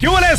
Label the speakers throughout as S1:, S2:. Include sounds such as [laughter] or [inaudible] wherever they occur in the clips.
S1: tardes,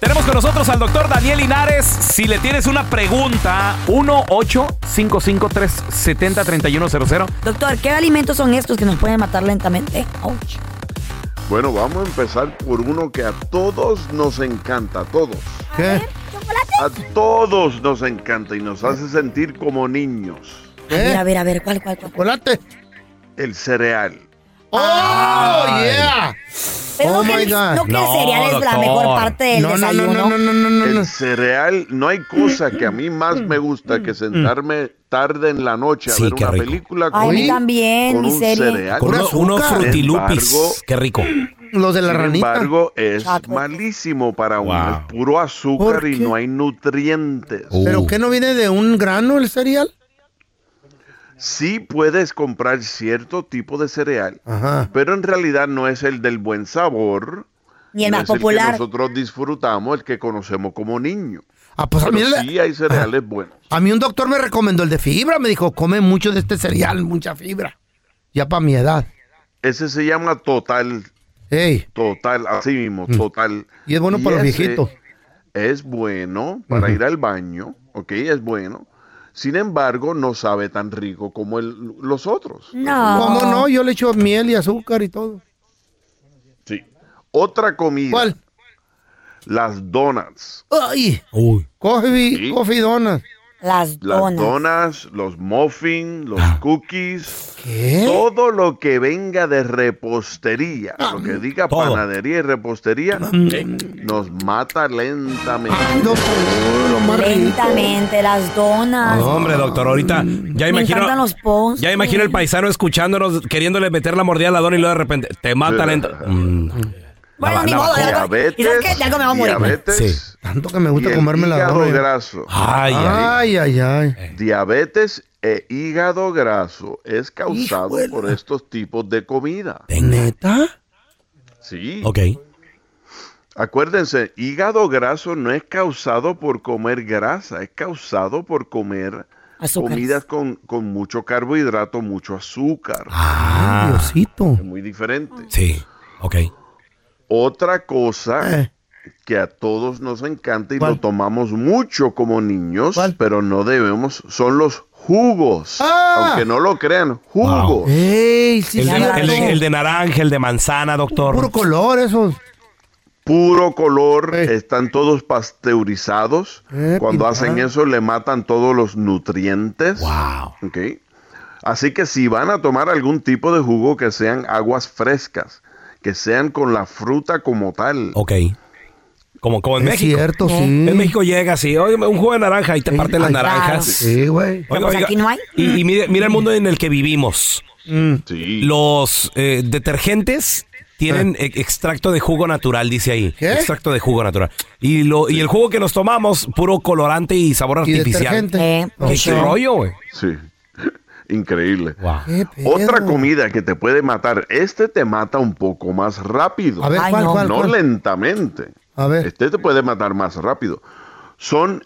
S1: Tenemos con nosotros al doctor Daniel Linares. Si le tienes una pregunta, 1 855 370 3100
S2: Doctor, ¿qué alimentos son estos que nos pueden matar lentamente? Ouch.
S3: Bueno, vamos a empezar por uno que a todos nos encanta, a todos.
S4: ¿Qué?
S3: A todos nos encanta y nos hace sentir como niños.
S2: A ver, a ver, a ver, ¿cuál, cuál, cuál?
S4: ¿Eh? ¡Chocolate!
S3: El cereal.
S4: ¡Oh, yeah!
S2: Pero no
S4: Oh
S2: que,
S4: my God.
S2: no que el
S1: No,
S2: cereal es la
S1: doctor.
S2: mejor parte del
S4: No, no, no,
S2: desayuno.
S4: no, no, no, no, no, no.
S3: El cereal, no hay cosa que a mí más me gusta que sentarme tarde en la noche a
S5: Sí,
S3: ver
S5: qué
S3: una
S5: rico.
S3: película
S2: Ay, a
S3: con,
S2: mí también,
S3: con
S2: mi
S3: un
S2: serie.
S3: cereal.
S5: Con
S4: Pura
S5: uno- unos
S4: azúcar.
S5: frutilupis.
S3: Sin embargo-
S5: Qué rico.
S4: Los de la
S3: Sin
S4: ranita.
S3: embargo, es
S2: Chocolate.
S3: malísimo para
S5: Wow.
S3: uno. Es puro azúcar
S4: ¿Por
S3: y
S4: qué?
S3: no hay nutrientes.
S5: Uh.
S4: ¿Pero qué no viene de un grano el cereal?
S3: Sí puedes comprar cierto tipo de cereal,
S4: Ajá.
S3: pero en realidad no es el del buen sabor.
S2: Ni el
S3: no
S2: más
S3: es el que
S2: popular.
S3: nosotros disfrutamos, el que conocemos como niño.
S4: Ah, pues a mí,
S3: Pero
S4: el-
S3: sí hay cereales buenos.
S4: a mí un doctor me recomendó el de fibra. Me dijo, come mucho de este cereal, mucha fibra. Ya para mi edad.
S3: Ese se llama Total,
S4: ¡Ey! Mm.
S3: Total, así mismo, Total.
S4: Y es bueno para los
S3: ese
S4: viejitos.
S3: Es bueno para ir al baño, ¿ok? Es bueno. Sin embargo, no sabe tan rico como el- los otros.
S2: No.
S4: ¿Cómo no? Yo le echo miel y azúcar y todo.
S3: Sí. Otra comida,
S4: ¿Cuál?
S3: las donuts.
S4: ¡Ay!
S5: Uy.
S4: Coffee,
S3: Sí.
S4: coffee donas.
S2: Las
S3: Las
S2: donas.
S3: donas, los muffins, los
S5: Ah.
S3: cookies,
S4: ¿Qué?
S3: todo lo que venga de repostería,
S4: Ah.
S3: lo que diga
S5: Todo. Mm.
S3: panadería y repostería, nos mata
S4: Ay,
S3: lentamente.
S4: doctor, lo más rico.
S2: Lentamente, las donas.
S3: Ah.
S5: No, hombre, doctor, ahorita ya
S2: Mm, Me
S5: imagino.
S2: encantan los posts.
S5: Ya imagino el paisano escuchándonos, queriéndole meter la mordida a la dona y luego de repente te mata lento. Mm.
S2: Bueno,
S5: La-
S2: ni
S5: la
S2: modo, ya-
S3: Diabetes,
S2: ¿Y sabes qué? Ya que me voy a morir.
S3: diabetes,
S5: Sí.
S4: Tanto que me
S3: y
S4: gusta
S3: el
S4: comerme la
S3: hígado
S4: dona.
S3: graso.
S5: Ay, Eh. ay.
S4: Ay, ay, ay.
S3: Diabetes e hígado graso es causado
S4: Híjole.
S3: por estos tipos de comida.
S4: ¿Neta?
S3: Sí.
S5: Ok.
S3: Acuérdense, hígado graso no es causado por comer grasa, es causado por comer
S2: Azúcares.
S3: comidas con, con mucho carbohidrato, mucho azúcar.
S4: Ay,
S5: Ah,
S4: Diosito.
S3: Es muy diferente.
S5: sí. Ok.
S3: Otra cosa
S4: Eh,
S3: que a todos nos encanta y
S4: ¿Cuál?
S3: lo tomamos mucho como niños,
S4: ¿Cuál?
S3: pero no debemos, son los jugos.
S4: ¡Ah!
S3: Aunque no lo crean, jugos.
S4: ¡Ey! Sí,
S5: El de,
S4: cierto.
S5: el de- el de naranja, el de manzana, doctor.
S4: Puro color esos.
S3: puro color,
S4: Eh.
S3: están todos pasteurizados.
S4: Eh,
S3: Cuando
S4: pintada.
S3: hacen eso le matan todos los nutrientes.
S5: Wow.
S3: ¿ok? Así que si van a tomar algún tipo de jugo que sean aguas frescas, que sean con la fruta como tal.
S5: Ok. Como, como en
S4: Es
S5: México.
S4: cierto, sí.
S5: En México llega así, oye, un jugo de naranja y te
S4: Sí,
S5: parten las
S4: ay,
S5: naranjas.
S4: Sí, güey.
S5: Oiga,
S2: Pues
S5: oiga,
S2: aquí no hay.
S5: Y, y mire- mira el mundo en el que vivimos.
S4: Mm.
S3: Sí.
S5: Los eh, detergentes tienen e- extracto de jugo natural, dice ahí.
S4: Ah. ¿Qué?
S5: Extracto de jugo natural. Y, lo, y el jugo que nos tomamos, puro colorante y sabor
S4: Y
S5: artificial.
S4: detergente.
S2: Eh,
S4: Oh,
S5: ¿Qué,
S4: sí.
S5: qué rollo, güey?
S3: Sí. [laughs] Increíble.
S4: Qué
S3: Otra
S4: pedo.
S3: comida que te puede matar, este te mata un poco más rápido.
S4: A ver,
S2: Ay,
S4: ¿cuál,
S2: no.
S4: cuál,
S3: no
S4: cuál?
S3: lentamente.
S4: A ver.
S3: Este te puede matar más rápido. Son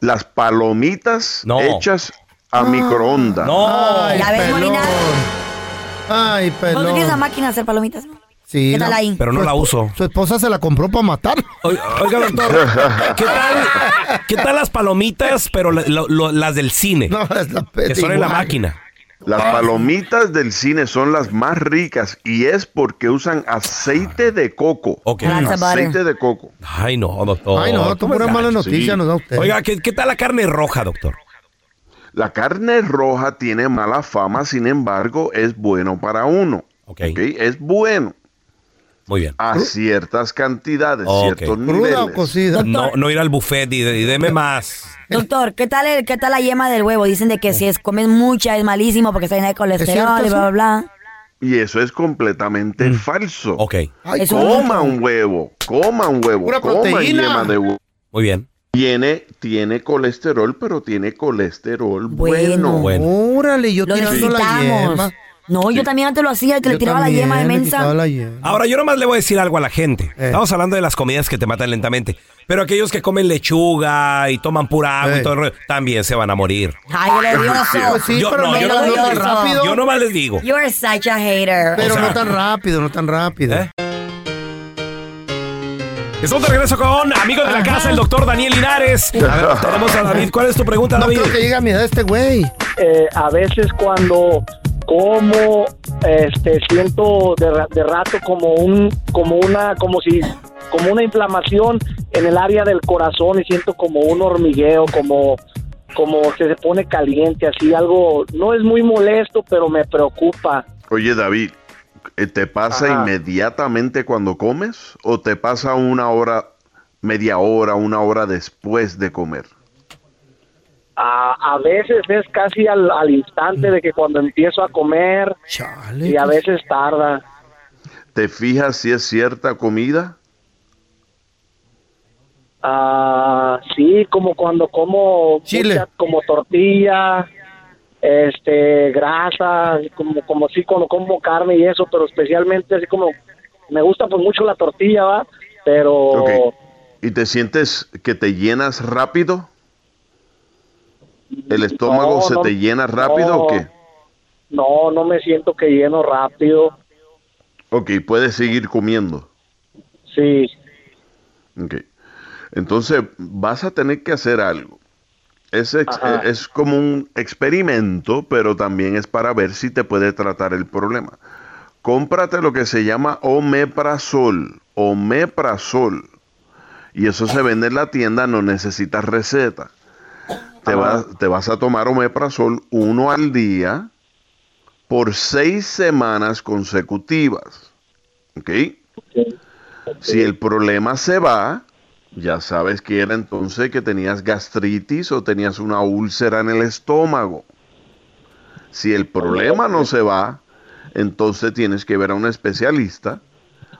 S3: las palomitas
S5: No.
S3: hechas a
S4: Ah.
S3: microondas.
S5: No.
S4: Ay,
S2: ¿La ves, Molina?
S4: Ay,
S2: ¿No tú tienes la
S4: pelón.
S2: máquina de hacer palomitas? no?
S4: Sí,
S2: ¿Qué tal
S4: la-
S2: ahí?
S5: Pero no la uso.
S4: Su esposa se la compró para matar.
S5: Oiga, oiga, doctor, ¿qué tal, qué tal las palomitas, pero la- lo- lo- las del cine?
S4: No, es la
S5: que son en la máquina.
S3: Las palomitas del cine son las más ricas y es porque usan aceite de coco.
S5: Ok.
S2: Gracias,
S3: Aceite de coco.
S5: Ay, no, doctor.
S4: Ay, no, tú
S5: ¿Cómo
S4: pura
S5: es
S4: mala
S5: gacho?
S4: noticia
S3: sí.
S4: nos da usted.
S5: Oiga, ¿qué, qué tal la carne roja, doctor?
S3: La carne roja tiene mala fama, sin embargo, es bueno para uno.
S5: Ok,
S3: ¿ok? Es bueno
S5: muy bien.
S3: a ciertas cantidades,
S5: Ok.
S3: ciertos
S4: ¿Cruda o
S3: niveles.
S4: cocida?
S5: No, no ir al buffet y, de- y deme más.
S2: Doctor, ¿qué tal, el, ¿qué tal la yema del huevo? Dicen de que si es, comes mucha es malísimo porque está llena de colesterol
S4: cierto
S2: y bla,
S4: eso?
S2: bla, bla.
S3: Y eso es completamente falso.
S5: Mm. Ok.
S4: Ay,
S2: Es
S4: ¿cómo?
S2: un-
S3: Coma un huevo, coma un huevo,
S4: Pura
S3: coma
S4: proteína.
S3: yema de huevo.
S5: Muy bien.
S3: Tiene, tiene colesterol, pero tiene colesterol
S2: Bueno.
S3: bueno.
S5: Bueno.
S4: Órale, yo
S2: Lo
S4: tirando la
S2: necesitamos.
S4: yema.
S2: No, yo también antes lo hacía, el que le
S4: Yo
S2: tiraba la
S4: también
S2: yema de
S4: le
S2: mensa.
S4: quitaba la yema.
S5: Ahora, yo nomás le voy a decir algo a la gente.
S4: Eh.
S5: Estamos hablando de las comidas que te matan lentamente. Pero aquellos que comen lechuga y toman pura agua
S4: Eh.
S5: y todo el rollo, también se van a morir.
S2: Ay, yo le digo eso.
S4: Pues sí,
S5: Yo-
S4: pero
S5: no,
S4: no,
S5: yo
S4: tan-
S5: no-
S4: no tan
S2: yo-
S4: rápido.
S5: Yo nomás les digo.
S2: You're such a hater.
S4: pero
S5: o sea-
S4: no tan rápido, no tan rápido.
S5: ¿Eh? Estamos de regreso con amigos de la casa, el doctor Daniel
S4: [laughs]
S5: Linares. A ver, tenemos a David. ¿Cuál es tu pregunta,
S4: No
S5: David?
S4: creo que llegue a mi edad este güey.
S6: eh, a veces cuando como este siento de, ra- de rato como un como una como si como una inflamación en el área del corazón y siento como un hormigueo como como que se pone caliente así algo no es muy molesto pero me preocupa
S3: Oye, David, eh, ¿te pasa
S6: Ajá.
S3: inmediatamente cuando comes o te pasa una hora, media hora, una hora después de comer?
S6: a, a veces es casi al, al instante de que cuando empiezo a comer
S4: Chale.
S6: y a
S4: pues.
S6: veces tarda
S3: ¿Te fijas si es cierta comida?
S6: Ah, sí, como cuando como
S4: Chile.
S6: mucha- como tortilla, este, grasa, como como sí cuando como carne y eso, pero especialmente así como me gusta pues mucho la tortilla, va, pero
S3: Ok. ¿Y te sientes que te llenas rápido? ¿El estómago
S6: No,
S3: se
S6: no,
S3: te llena rápido
S6: no.
S3: o qué?
S6: no no me siento que lleno rápido.
S3: Ok, puedes seguir comiendo.
S6: Sí.
S3: Ok. Entonces vas a tener que hacer algo. Es, ex- eh,
S6: Ajá.
S3: es como un experimento, pero también es para ver si te puede tratar el problema. Cómprate lo que se llama omeprazol. Omeprazol. Y eso se vende en la tienda, no necesitas receta. Te, vas, te vas a tomar omeprazol uno al día por seis semanas consecutivas. ¿Ok? Si el problema se va, ya sabes que era entonces que tenías gastritis o tenías una úlcera en el estómago. Si el problema no se va, entonces tienes que ver a un especialista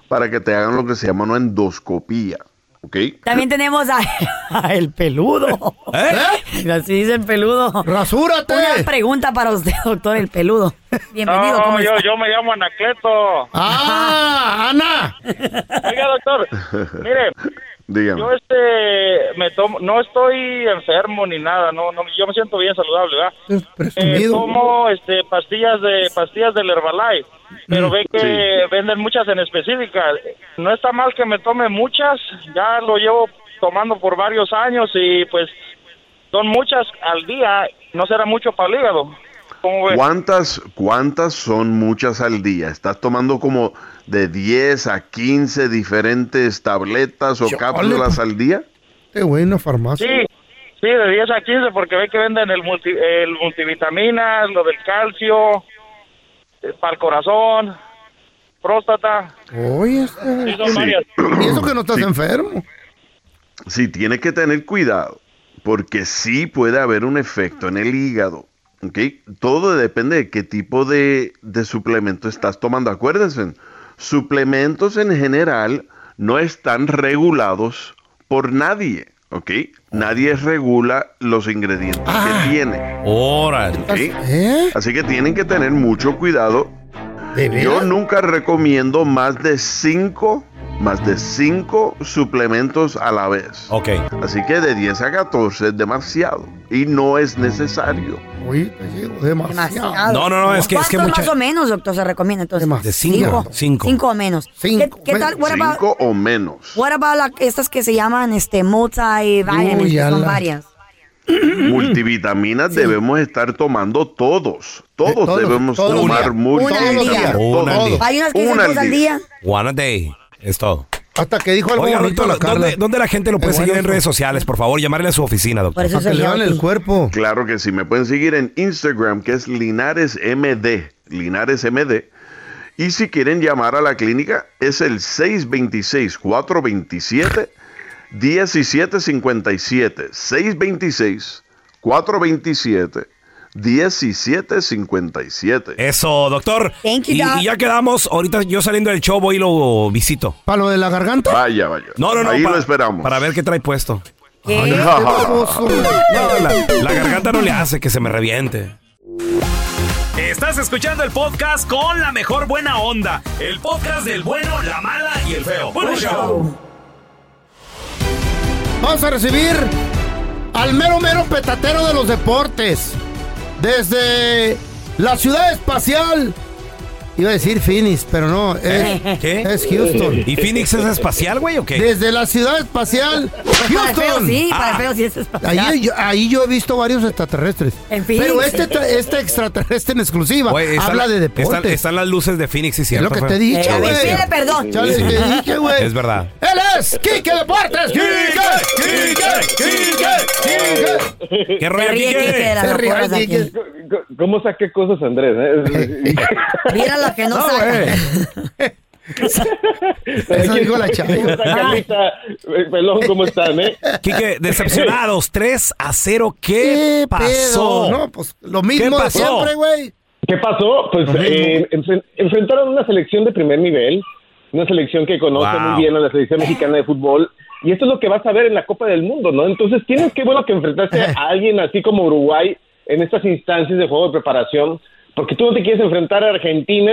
S3: para que te hagan lo que se llama una endoscopía. ¿Ok?
S2: También tenemos a, [laughs] a el peludo.
S5: ¿Eh?
S2: Así dice el peludo.
S4: ¡Rasúrate!
S2: Una pregunta para usted, [laughs] doctor, el peludo. Bienvenido, ¿cómo está?
S6: me llamo Anacleto.
S4: ¡Ah, Ana!
S6: Oiga, doctor, mire,
S3: Dígame.
S6: Yo este me tomo, no estoy enfermo ni nada, no, no, yo me siento bien saludable, ¿verdad?
S4: Es
S6: Eh,
S4: presumido.
S6: tomo este pastillas de pastillas del Herbalife, pero ve que
S3: Sí.
S6: venden muchas en específica. No está mal que me tome muchas, ya lo llevo tomando por varios años y pues son muchas al día, no será mucho para el hígado. ¿Cómo ve?
S3: ¿Cuántas, ¿Cuántas son muchas al día? ¿Estás tomando como de 10 a 15 diferentes tabletas o
S4: Chole,
S3: cápsulas
S4: pues.
S3: al día?
S4: Este güey en la farmacia.
S6: Sí, sí, de 10 a 15 porque ve que venden el, multi, el multivitaminas, lo del calcio, eh, para el corazón, próstata.
S4: Oye, este
S6: Sí,
S4: güey.
S6: son varias.
S4: Y eso que no estás
S3: Sí.
S4: enfermo.
S3: Sí, tienes que tener cuidado, porque sí puede haber un efecto en el hígado. ¿ok? Todo depende de qué tipo de, de suplemento estás tomando. Acuérdense, suplementos en general no están regulados por nadie. ¿ok? Nadie regula los ingredientes que tiene.
S5: Órale.
S3: ¿ok?
S4: ¿Eh?
S3: Así que tienen que tener mucho cuidado.
S4: ¿De
S3: Yo
S4: veras?
S3: nunca recomiendo más de cinco, más de cinco suplementos a la vez.
S5: Ok.
S3: Así que de 10 a 14 es demasiado y no es necesario.
S4: Oye, te llego demasiado.
S2: Demasiado.
S5: No, no, no, es que- es que
S2: ¿Cuántos
S5: mucha-
S2: más o menos, doctor, se recomienda entonces?
S4: Demasiado.
S5: De cinco, cinco.
S2: Cinco o menos.
S4: Cinco.
S2: ¿Qué, qué tal? What about,
S3: Cinco o
S2: [clears throat]
S3: menos.
S2: what about la- estas que se llaman este, multivitamins?
S4: Uy,
S2: que son
S4: ala.
S2: varias.
S3: Multivitaminas debemos estar tomando todos. Todos,
S4: todos,
S3: debemos
S4: todos.
S3: tomar
S4: Una.
S3: multivitaminas.
S2: Una al día.
S5: Una al
S3: todos.
S5: día.
S2: Hay unas que dicen
S3: Una
S2: dos al día.
S5: One a day. Es todo.
S4: Hasta que dijo algo
S5: Oiga,
S4: bonito
S5: doctor,
S4: la Carla.
S5: ¿dónde, dónde la gente lo
S4: Es
S5: puede seguir
S4: bueno
S5: en
S4: eso.
S5: redes sociales? Por favor, llamarle a su oficina,
S2: Por
S5: doctor.
S2: eso
S4: Para que
S2: soy
S4: le
S2: yo
S4: dan el
S2: aquí.
S4: cuerpo.
S3: Claro que sí, me pueden seguir en Instagram que es LinaresMD. LinaresMD. Y si quieren llamar a la clínica es el 626-427. 1757 626 427 1757
S5: Eso, doctor.
S2: Thank you,
S5: y,
S2: doc.
S5: y ya quedamos. Ahorita yo saliendo del show voy y lo visito.
S4: ¿Para lo de la garganta?
S3: Vaya, vaya.
S5: No, no, no.
S3: Ahí
S5: pa-
S3: lo esperamos.
S5: Para ver qué trae puesto.
S2: ¿Qué?
S5: Ay,
S2: Qué baboso.
S5: No, la, la garganta no le hace que se me reviente.
S1: Estás escuchando el podcast con la mejor buena onda. El podcast del bueno, la mala y el feo.
S4: Pues,
S1: Buen show.
S4: Vamos a recibir al mero mero petatero de los deportes. Desde la ciudad espacial. Iba a decir Phoenix, pero no. Es,
S2: ¿Eh?
S5: ¿Qué?
S4: es Houston.
S5: ¿Y Phoenix es espacial, güey, o qué? Ah.
S4: Desde la ciudad espacial.
S2: Para el feo
S4: Houston.
S2: sí, para el feo sí es espacial.
S4: Ahí, yo- ahí yo he visto varios extraterrestres.
S2: En Phoenix.
S4: pero este, tra- este extraterrestre en exclusiva
S5: Güey, está-
S4: habla de deportes.
S5: Están, están las luces de Phoenix, sí,
S4: es
S5: cierto.
S4: lo que
S5: feo.
S4: te he
S2: Eh,
S4: dicho,
S2: a ver,
S4: güey.
S2: pide perdón.
S4: Chale, te dije, güey.
S5: Es verdad.
S4: Él es Quique Deportes. Quique, Quique, Quique, Quique.
S5: ¿Qué rollo,
S2: Se ríe,
S5: Quique?
S2: Quique, de las
S4: Se ríe,
S2: locuras de
S4: Quique.
S2: aquí.
S7: ¿Cómo saqué cosas, Andrés? eh?
S2: [laughs] Mira las que no,
S4: No, eh.
S2: sacan.
S4: [laughs] Eso dijo la
S7: ¿Cómo
S4: chayo.
S7: está, Carlita? Eh, Pelón, ¿cómo están, eh?
S5: Quique, decepcionados, 3 a 0. ¿Qué, pasó?
S4: pedo? No, pues lo mismo de
S5: pasó?
S4: siempre, güey.
S7: ¿Qué pasó? Pues
S4: Lo mismo.
S7: eh, enfren- enfrentaron una selección de primer nivel, una selección que conoce
S5: Wow.
S7: muy bien a la selección mexicana de fútbol, y esto es lo que vas a ver en la Copa del Mundo, ¿no? Entonces, tienes que, bueno, que enfrentarte
S4: [laughs]
S7: a alguien así como Uruguay en estas instancias de juego de preparación, porque tú no te quieres enfrentar a Argentina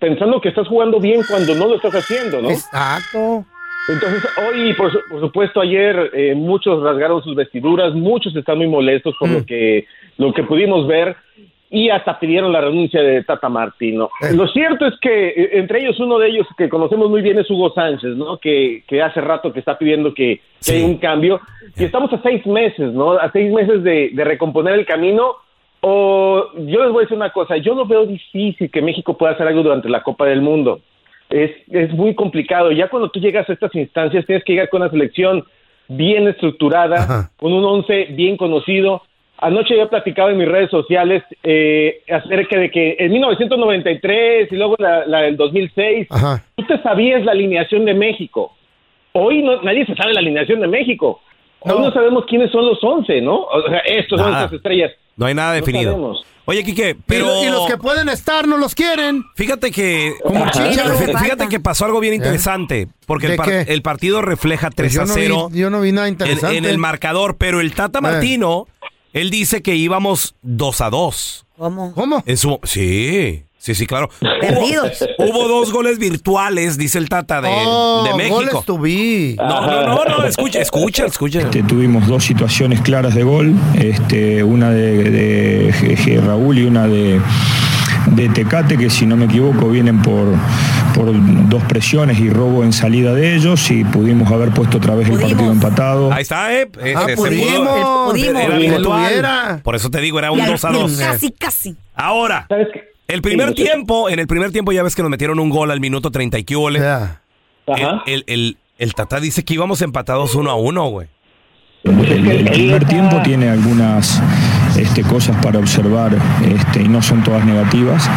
S7: pensando que estás jugando bien cuando no lo estás haciendo, ¿no?
S4: Exacto.
S7: Entonces, hoy, por, su- por supuesto, ayer eh, muchos rasgaron sus vestiduras, muchos están muy molestos por
S4: Mm.
S7: lo, que, lo que pudimos ver y hasta pidieron la renuncia de Tata Martino. Lo cierto es que eh, entre ellos uno de ellos que conocemos muy bien es Hugo Sánchez, ¿no? Que, que hace rato que está pidiendo que, que
S5: Sí.
S7: haya un cambio. Y estamos a seis meses, ¿no? A seis meses de, de recomponer el camino. O yo les voy a decir una cosa, yo no veo difícil que México pueda hacer algo durante la Copa del Mundo es, es muy complicado. Ya cuando tú llegas a estas instancias, tienes que llegar con una selección bien estructurada,
S4: Ajá.
S7: con un once bien conocido. Anoche yo platicaba en mis redes sociales eh, acerca de que en 1993 y luego la, la del 2006,
S4: Ajá.
S7: tú te sabías la alineación de México. Hoy no- nadie se sabe la alineación de México. Hoy
S4: No.
S7: no, sabemos quiénes son los once, ¿no? O sea, estos son
S5: Nada.
S7: estas estrellas.
S5: No hay nada definido.
S7: sabemos.
S5: Oye, Quique,
S4: Pero...
S5: pero.
S4: Y, los que pueden estar no los quieren.
S5: Fíjate que.
S4: Como
S5: Ajá.
S4: chicharo.
S5: Fí- Fíjate
S2: Falta.
S5: que pasó algo bien interesante. Porque
S4: Eh.
S5: el,
S4: ¿De
S5: par-
S4: qué? Pues
S5: el partido refleja 3
S4: yo,
S5: a
S4: no
S5: 0
S4: vi, yo no vi nada
S5: en,
S4: interesante. Eh.
S5: en el marcador. Pero el Tata Martino, él dice que íbamos 2 a 2.
S2: ¿Cómo?
S4: ¿Cómo?
S5: En su- sí, sí, sí, claro. Hubo-
S2: Perdidos.
S5: Hubo, dos goles virtuales, dice el Tata de,
S4: Oh,
S5: de México.
S4: goles tu vi.
S5: No, no, no, no, escucha, escucha, escucha.
S8: Este, tuvimos dos situaciones claras de gol, este, una de, de G- G- Raúl y una de, de Tecate, que si no me equivoco vienen por, por dos presiones y robo en salida de ellos y pudimos haber puesto otra vez el partido
S2: Pudimos.
S8: empatado.
S5: Ahí está, eh. eh,
S4: Ah,
S5: se- se pudo-
S4: pudimos.
S2: Pudimos.
S5: Era
S4: Lo
S5: virtual.
S4: tuviera.
S5: Por eso te digo, era
S2: Y
S5: un
S2: al
S5: 2 a
S2: fin,
S5: 2.
S2: Casi, casi.
S5: Ahora,
S7: ¿Sabes qué?
S5: el primer
S7: Sí, sí.
S5: tiempo, en el primer tiempo ya ves que nos metieron un gol al minuto 30 y qué hubo, le.
S4: Ya.
S7: Ajá.
S5: El, el, el, el Tata dice que íbamos empatados uno a uno, güey.
S8: El, el primer tiempo tiene algunas este, cosas para observar este, y no son todas negativas.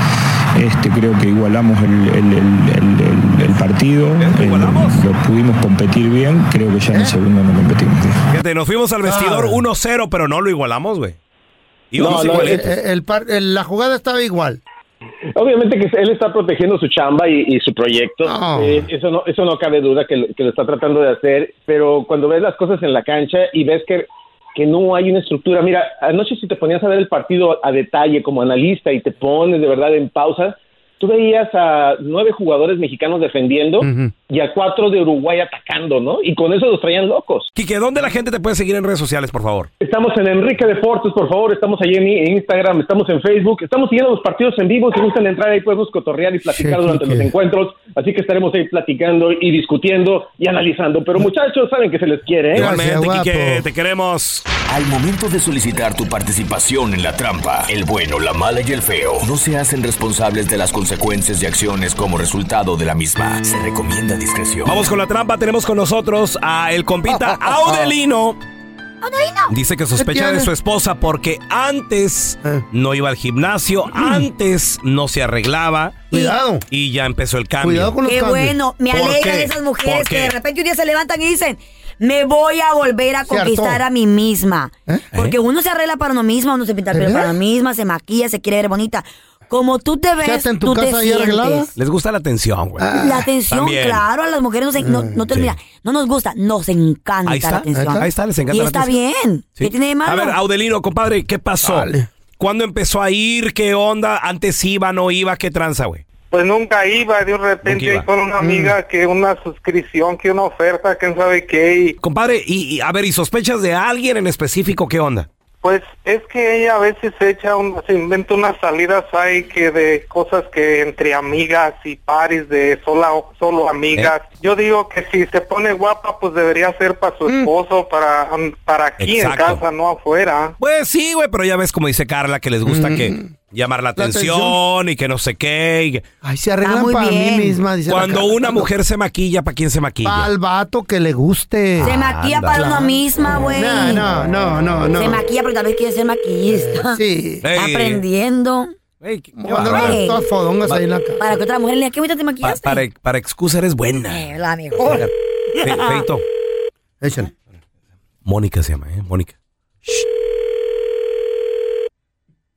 S8: Este, creo que igualamos el, el- el- el- el- el partido,
S5: ¿Eh? ¿Igualamos?
S8: El- lo pudimos competir bien, creo que ya en el segundo no competimos bien.
S5: Fíjate, nos fuimos al vestidor
S4: Ah.
S5: 1-0, pero no lo igualamos, güey. Íbamos
S7: No, no,
S4: Eh,
S5: igualitos.
S4: eh, el par- el- la jugada estaba igual.
S7: Obviamente que él está protegiendo su chamba y, y su proyecto.
S4: Ah.
S7: Eh, eso, no, eso no cabe duda que, lo- que lo está tratando de hacer. Pero cuando ves las cosas en la cancha y ves que, que no hay una estructura. Mira, anoche si te ponías a ver el partido a detalle como analista y te pones de verdad en pausa, tú veías a nueve jugadores mexicanos defendiendo y a cuatro de Uruguay atacando, ¿no? Y con eso los traían locos.
S5: Quique, ¿dónde la gente te puede seguir en redes sociales, por favor?
S7: Estamos en Enrique Deportes, por favor. Estamos ahí en, en Instagram, estamos en Facebook. Estamos siguiendo los partidos en vivo. Si gustan entrar ahí, podemos cotorrear y platicar
S4: Sí,
S7: durante
S4: Quique.
S7: los encuentros. Así que estaremos ahí platicando y discutiendo y analizando. Pero muchachos, saben que se les quiere, ¿eh?
S4: Gracias,
S5: Igualmente, Quique,
S4: guapo.
S5: te queremos.
S9: Al momento de solicitar tu participación en la trampa, el bueno, la mala y el feo no se hacen responsables de las consecuencias y acciones como resultado de la misma. Se recomienda discreción.
S5: Vamos con la trampa. Tenemos con nosotros a
S4: [laughs]
S5: el compita Audelino. Dice que
S4: ¿Qué
S5: sospecha
S4: tiene?
S5: de su esposa porque antes
S4: Eh.
S5: no iba al gimnasio, antes no se arreglaba
S4: Mm. Cuidado.
S5: y ya empezó el cambio.
S4: Cuidado con los
S2: Qué
S4: cambios.
S2: bueno, me
S5: ¿Por
S2: alegran
S5: qué?
S2: esas
S5: ¿Por
S2: mujeres que
S5: qué? ¿Eh?
S2: de repente un día se levantan y dicen, me voy a volver a
S4: Cierto.
S2: conquistar a mí misma.
S4: ¿Eh?
S2: Porque uno se arregla para uno misma, uno se pinta el
S4: ¿De
S2: pelo para
S4: veras?
S2: uno misma, se maquilla, se quiere ver bonita. Como tú te ves,
S4: en tu
S2: tú te
S4: casa ahí arreglada. Ah.
S2: sientes.
S5: Les gusta la atención, güey.
S2: La atención,
S5: Ah, También. Mm,
S2: claro, a las mujeres no, se- no, no te-
S5: sí.
S2: mira, no nos gusta, nos encanta
S5: Ahí está,
S2: la
S5: ahí
S2: atención.
S5: está, ahí está, les encanta
S2: Y
S5: la
S2: está
S5: atención.
S2: bien.
S5: Sí.
S2: ¿Qué tiene de malo?
S5: A ver, Audelino, compadre, ¿qué pasó?
S4: Dale.
S5: ¿Cuándo empezó a ir? ¿Qué onda? ¿Antes iba, no iba? ¿Qué tranza, güey?
S10: Pues nunca iba, de repente
S5: Nunca iba. Mm.
S10: ahí con una amiga que una suscripción, que una oferta, quién sabe qué, y
S5: Compadre, y, y, a ver, ¿y sospechas de alguien en específico? ¿Qué onda?
S10: pues es que ella a veces se echa, un- se inventa unas salidas ahí que de cosas que entre amigas y pares de sola, solo amigas.
S5: Eh.
S10: Yo digo que si se pone guapa, pues debería ser para su esposo, para, para aquí
S5: Mm. Exacto.
S10: en casa, no afuera.
S5: Pues sí, güey, pero ya ves como dice Carla que les gusta que llamar la
S4: Mm. La
S5: atención, y que no sé qué. y que-
S4: Ay, se
S2: Está
S4: arreglan
S2: muy
S4: para mí
S2: bien.
S4: misma. Dice la
S5: Cuando
S4: Carla.
S5: una mujer se maquilla, ¿para quién se maquilla?
S4: Al vato que le guste.
S2: se maquilla
S5: anda.
S2: para una misma, güey.
S4: No, no, no, no, no.
S2: Se maquilla porque tal vez quiere ser maquillista.
S4: Sí.
S5: Ey,
S2: Está aprendiendo.
S5: ey, qué
S4: Cuando
S5: bárbaro.
S4: unas todas fodongas ahí en la cara.
S2: Para que otra mujer le diga, ¿qué bonita te
S5: Pa-
S2: maquillaste?
S5: para, para excusa
S2: [laughs]
S5: eres buena.
S2: Eh, la mejor.
S5: Fe- Feito.
S4: Échale.
S5: Mónica se llama, ¿eh? Mónica.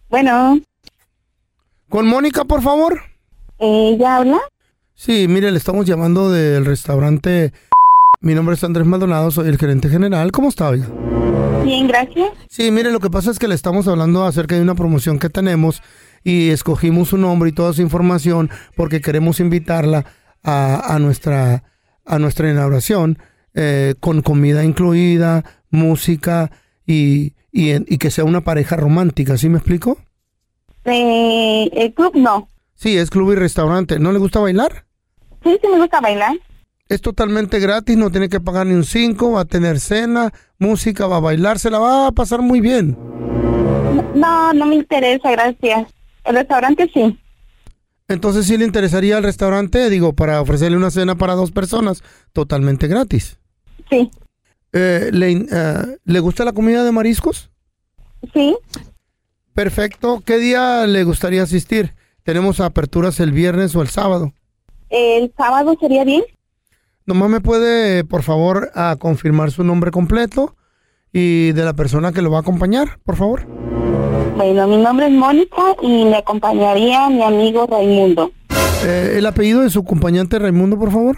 S11: Bueno,
S4: Con Mónica, por favor.
S11: ¿ella Eh, habla?
S4: Sí, mire, le estamos llamando del restaurante. Mi nombre es Andrés Maldonado, soy el gerente general. ¿Cómo está, oiga?
S11: Bien, gracias.
S4: Sí, mire, lo que pasa es que le estamos hablando acerca de una promoción que tenemos y escogimos su nombre y toda su información porque queremos invitarla a, a nuestra, a nuestra inauguración eh, con comida incluida, música y, y, en- y que sea una pareja romántica, ¿sí me explico?
S11: Eh, el club no.
S4: Sí, es club y restaurante. ¿No le gusta bailar?
S11: Sí, sí me gusta bailar.
S4: Es totalmente gratis, no tiene que pagar ni un 5, va a tener cena, música, va a bailar, se la va a pasar muy bien.
S11: No, no me interesa, gracias. El restaurante sí.
S4: Entonces sí le interesaría al restaurante, digo, para ofrecerle una cena para dos personas totalmente gratis.
S11: Sí,
S4: Eh, ¿le, in- eh, ¿le gusta la comida de mariscos?
S11: sí.
S4: Perfecto. ¿Qué día le gustaría asistir? Tenemos aperturas el viernes o el sábado.
S11: El sábado sería bien.
S4: Nomás me puede, por favor, a confirmar su nombre completo y de la persona que lo va a acompañar, por favor.
S11: Bueno, mi nombre es Mónica y me acompañaría mi amigo Raimundo.
S4: Eh, el apellido de su acompañante Raimundo, por favor.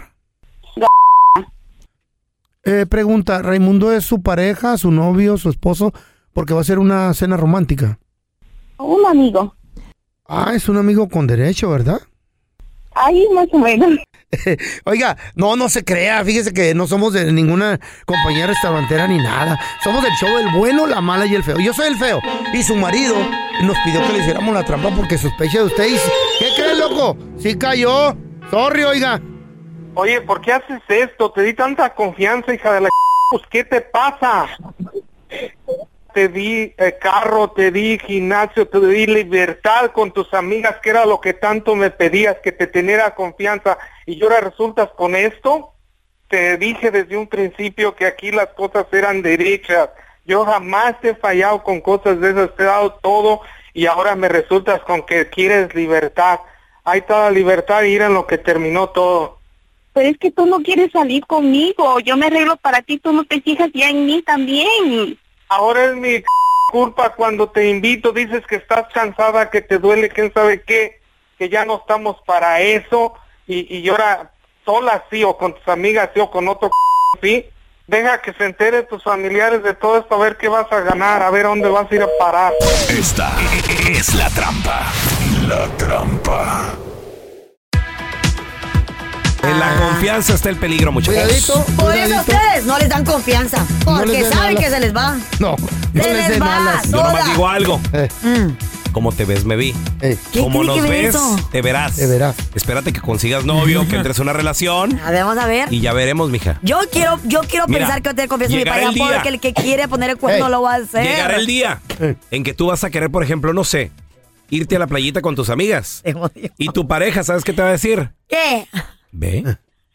S11: Ga-
S4: Eh, pregunta, ¿Raimundo es su pareja, su novio, su esposo? Porque va a ser una cena romántica.
S11: Un amigo.
S4: Ah, es un amigo con derecho, ¿verdad?
S11: Ahí más o menos.
S4: [laughs] Oiga, no, no se crea, fíjese que no somos de ninguna compañía restaurantera ni nada. Somos del show del bueno, la mala y el feo. Yo soy el feo y su marido nos pidió que le hiciéramos la trampa porque sospecha de usted. Y... ¿Qué cree, loco? Sí cayó. Sorry, oiga.
S10: Oye, ¿por qué haces esto? Te di tanta confianza, hija de la... Pues, ¿qué te pasa? Te di eh, carro, te di gimnasio, te di libertad con tus amigas, que era lo que tanto me pedías, que te teniera confianza. Y ahora resultas con esto. Te dije desde un principio que aquí las cosas eran derechas. Yo jamás te he fallado con cosas de esas, te he dado todo y ahora me resultas con que quieres libertad. Ahí está la libertad y era en lo que terminó todo.
S11: Pero es que tú no quieres salir conmigo. Yo me arreglo para ti, tú no te fijas ya en mí también.
S10: Ahora es mi culpa cuando te invito, dices que estás cansada, que te duele, quién sabe qué, que ya no estamos para eso y, y ahora sola sí o con tus amigas sí o con otro [laughs] sí. Deja que se entere tus familiares de todo esto, a ver qué vas a ganar, a ver a dónde vas a ir a parar.
S9: Esta es la trampa. La trampa.
S5: En la
S2: Ah.
S5: confianza está el peligro, muchachos.
S4: Cuidadito,
S2: Por eso a
S4: cuidadito.
S2: ustedes no les dan confianza. Porque
S4: den
S2: saben
S4: alas.
S2: que se les va.
S4: No,
S2: Se
S4: no les
S2: les
S4: den
S2: va.
S4: alas.
S5: Yo
S2: toda.
S5: nomás digo algo.
S4: Eh,
S2: Mm.
S5: Como te ves, me vi.
S4: eh.
S2: ¿Qué
S5: Como
S2: tiene
S5: nos
S2: que ver
S5: ves,
S2: eso?
S5: te verás.
S4: Te verás.
S5: Espérate que consigas novio, que entres en una relación
S2: [laughs] A ver, vamos a ver.
S5: y ya veremos, mija.
S2: Yo quiero, yo quiero
S5: Mira,
S2: pensar que usted confianza en mi
S5: llegará
S2: pareja
S5: el día.
S2: porque el que quiere poner el cuerno
S4: Ey,
S2: lo va a hacer.
S5: Llegará el día
S2: Eh.
S5: en que tú vas a querer, por ejemplo, no sé, irte a la playita con tus amigas.
S2: [laughs] Te odio.
S5: Y tu pareja, ¿sabes qué te va a decir?
S2: ¿Qué?
S5: Ve.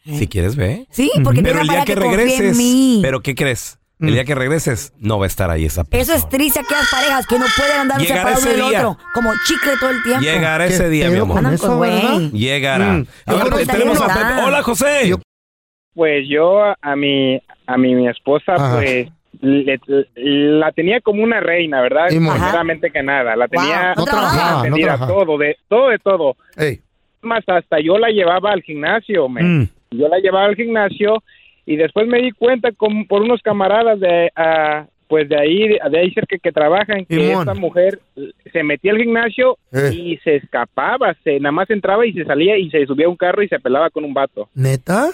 S5: Si quieres, ve.
S2: Eh. Sí, porque tiene
S5: Pero
S2: una
S5: el día
S2: pareja
S5: que
S2: que, confía en
S5: regreses,
S2: mí. Mm.
S5: ¿pero qué crees? El día que regreses, no va a estar ahí esa
S2: Eso
S5: persona.
S2: es triste aquellas parejas que no pueden andar
S5: Llegará
S2: separados
S5: ese
S2: del
S5: día.
S2: otro. Como chicle todo el tiempo.
S5: Llegará
S4: ¿Qué
S5: ese día, mi
S4: pedo
S5: amor.
S4: con
S2: Andan
S4: eso,
S2: con güey.
S4: verdad?
S5: Llegará.
S4: Mm.
S5: A ver,
S2: Yo creo que
S5: tenemos a
S4: Ah.
S2: también
S5: Pepe.
S2: está.
S5: Hola, José.
S4: Yo-
S6: Pues yo a mi a mi, mi esposa
S4: Ajá.
S6: pues
S12: le- la tenía como una reina, ¿verdad?
S4: Y muy-
S12: Primeramente que nada, la tenía
S4: No trabajaba, no
S12: atendida,
S4: trabajaba.
S12: todo, de todo, de todo.
S4: Ey.
S12: Más hasta yo la llevaba al gimnasio, me.
S4: Mm.
S12: Yo la llevaba al gimnasio y después me di cuenta con, por unos camaradas de ah, pues de ahí de ahí cerca que trabajan que
S13: Simón.
S12: esta mujer eh, se metía al gimnasio
S4: Eh.
S12: y se escapaba, se nada más entraba y se salía y se subía a un carro y se pelaba con un vato.
S4: ¿Neta?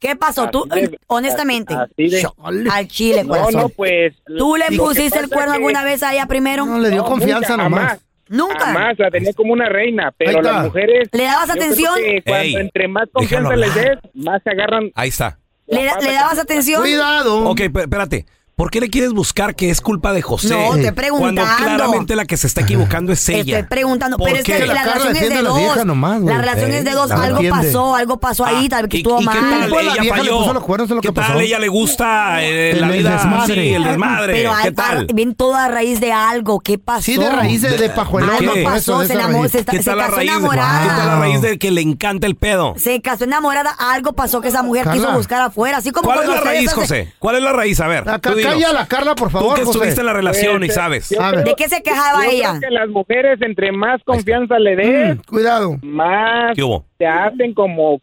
S2: ¿Qué pasó? Tú,
S12: Así de-
S2: honestamente,
S12: así de-
S2: al chile,
S12: No,
S2: corazón.
S12: no, pues,
S2: ¿Tú le
S12: lo que
S2: pusiste
S12: pasa
S2: el cuerno
S12: que-
S2: alguna vez a ella primero?
S4: No, le dio
S12: No,
S4: confianza
S12: nunca,
S4: nomás.
S2: Nunca.
S12: Jamás, la tenía como una reina,
S1: Ahí
S12: pero
S1: está.
S12: las mujeres...
S2: ¿Le dabas
S12: yo creo
S2: atención?
S12: que cuando
S1: Ey,
S12: entre más
S1: déjalo
S12: confianza les des,
S1: hablar.
S12: más se agarran...
S1: Ahí está.
S2: ¿Le, da- le dabas atención?
S5: Ok, pe- espérate. ¿Por qué le quieres buscar que es culpa de José?
S2: No, te
S5: Cuando
S2: preguntando.
S5: claramente la que se está equivocando es
S2: Te
S5: ella.
S2: estoy preguntando,
S5: ¿Por
S2: pero es
S5: qué?
S2: que la,
S5: Carla
S2: relación es
S5: defiende
S2: de
S5: a la
S2: dos.
S5: vieja nomás, güey.
S2: la relación
S5: Ey,
S2: es de dos.
S5: la
S2: Algo
S5: defiende.
S2: pasó, algo pasó ahí, tal vez que
S5: ¿Y-
S2: estuvo
S5: y qué
S2: mal.
S5: tal?
S4: Pues la
S5: ella
S4: vieja le
S5: falló.
S4: puso los cuernos, es lo
S5: ¿Qué
S4: que
S5: tal?
S4: pasó.
S5: Ella le gusta eh, la
S4: El
S5: vida
S4: desmadre.
S5: sí, el desmadre.
S2: Pero
S5: ¿Qué
S2: al-
S5: tal?
S2: al- bien todo a raíz de algo. ¿Qué pasó?
S4: Sí, de raíz de- de pajuelón,
S2: Algo
S5: ¿qué?
S2: pasó, se
S5: Eso, esa
S2: enamoró,
S5: raíz.
S2: se, está-
S5: ¿Qué
S2: se
S5: tal la
S2: casó
S5: raíz de-
S2: enamorada.
S5: ¿Qué tal la raíz del que le encanta el pedo?
S2: Se casó enamorada, algo pasó que esa mujer
S5: Carla.
S2: quiso buscar afuera. Así como
S5: ¿Cuál es
S2: cuando
S5: la
S2: ustedes
S5: raíz,
S2: hacen-
S5: José? ¿Cuál es la raíz? A ver.
S4: Acá,
S5: tú dinos.
S4: cállala, Carla, por favor.
S5: que
S4: José.
S5: estuviste en la relación y sabes.
S12: Este, yo
S4: A ver.
S12: creo-
S2: ¿De qué se quejaba
S12: yo
S2: ella? Mm,
S12: Creo que las mujeres, entre más confianza le des,
S4: cuidado.
S12: más
S5: ¿Qué hubo?
S12: te hacen como,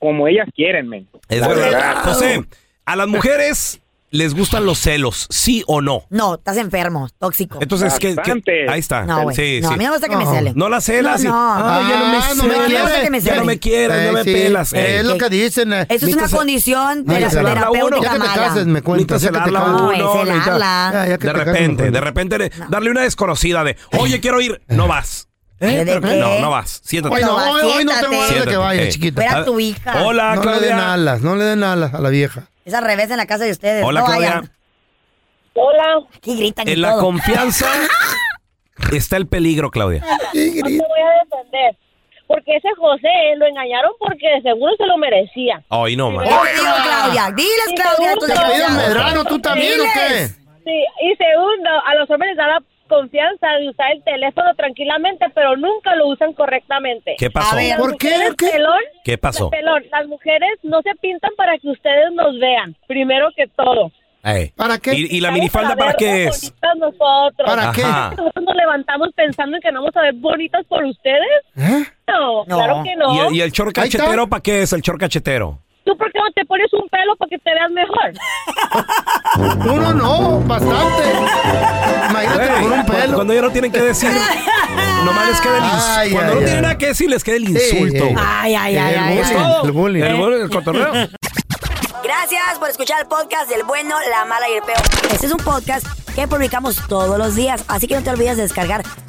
S12: como ellas quieren, men.
S5: Es
S12: La
S5: verdad.
S12: verdad.
S5: José, a las mujeres les gustan los celos, ¿sí o no?
S2: No, estás enfermo, tóxico.
S5: Entonces, ¿qué- qué- ahí está.
S2: No, güey.
S5: Sí,
S2: no,
S5: sí.
S2: a mí no me gusta que me
S5: No.
S2: celen.
S5: No la celas y-
S2: No, no.
S5: Ah, ya no me
S4: Ah, no me
S5: cela.
S2: que me
S4: quieres.
S2: cela.
S5: no me quieras, no me pelas, eh.
S4: Es lo que dicen. eh.
S2: Eso es una
S4: Necesitas-
S2: condición
S4: Necesitas
S2: tera-
S4: celarla uno.
S2: terapéutica
S4: Ya que te
S2: mala.
S4: cases, me cuentas. Ya que te
S5: celarla
S4: cases.
S5: uno,
S2: No, es
S5: necesitas-
S2: celarla.
S4: Ya, ya que
S5: de
S4: te cases,
S5: repente,
S4: me
S5: de repente, le- darle una desconocida de,
S4: Eh.
S5: oye, quiero ir, no vas.
S2: ¿Eh?
S5: ¿Eh?
S2: ¿De
S5: Pero-
S2: qué?
S5: No, no vas. Siéntate.
S4: Hoy no, hoy, hoy no te voy a dar de
S5: Siéntate,
S4: que vayas,
S5: eh.
S4: chiquita.
S2: Fuera tu hija.
S5: Hola,
S4: no le den
S5: Claudia.
S4: alas, no le den alas a la vieja.
S2: Es al revés en la casa de ustedes.
S5: Hola,
S2: no
S5: Claudia.
S2: vayan. Hola. Aquí gritan y
S5: En la
S2: todo. [laughs]
S5: confianza está el peligro, Claudia.
S14: No te voy a defender. Porque ese José lo engañaron porque de seguro se lo merecía.
S5: Hoy no, man.
S2: Oye, digo, Claudia. Diles,
S14: Y
S2: Claudia,
S14: segundo-
S2: tú desgraciada.
S4: Oye, Medrano, ¿tú también o qué?
S2: Diles.
S14: Sí, y segundo, a los hombres les da la confianza de usar el teléfono tranquilamente, pero nunca lo usan correctamente.
S5: ¿Qué pasó?
S14: A ver,
S5: ¿Por
S14: las mujeres, pelón,
S5: ¿Qué pasó?
S14: pelón, las mujeres no se pintan para que ustedes nos vean, primero que todo.
S4: ¿Para qué?
S5: Eh. ¿Y, y la minifalda para qué es?
S14: Bonitas nosotros.
S5: ¿Para qué? Ajá.
S14: Nosotros nos levantamos pensando en que no vamos a ver bonitas por ustedes.
S4: ¿Eh?
S14: No, claro que no.
S5: ¿Y, el- y el chor cachetero para qué es el chor cachetero?
S14: ¿Tú por qué no te pones un pelo para que te veas mejor?
S4: [laughs] Uno no, bastante. Imagínate
S5: Ey,
S4: con un
S5: cu-
S4: pelo.
S5: Cuando ya no tienen que decir, nomás les queda el insulto.
S4: Ay,
S5: cuando
S4: ay,
S5: no
S4: ay.
S5: tienen nada que decir, les queda el
S4: Sí,
S5: insulto.
S4: ey.
S2: Ay, ay, ay, ay,
S5: El bullying,
S2: ay.
S5: El bullying. El bullying, el cotorreo.
S2: Gracias por escuchar el podcast del bueno, la mala y el peor. Este es un podcast que publicamos todos los días, así que no te olvides de descargar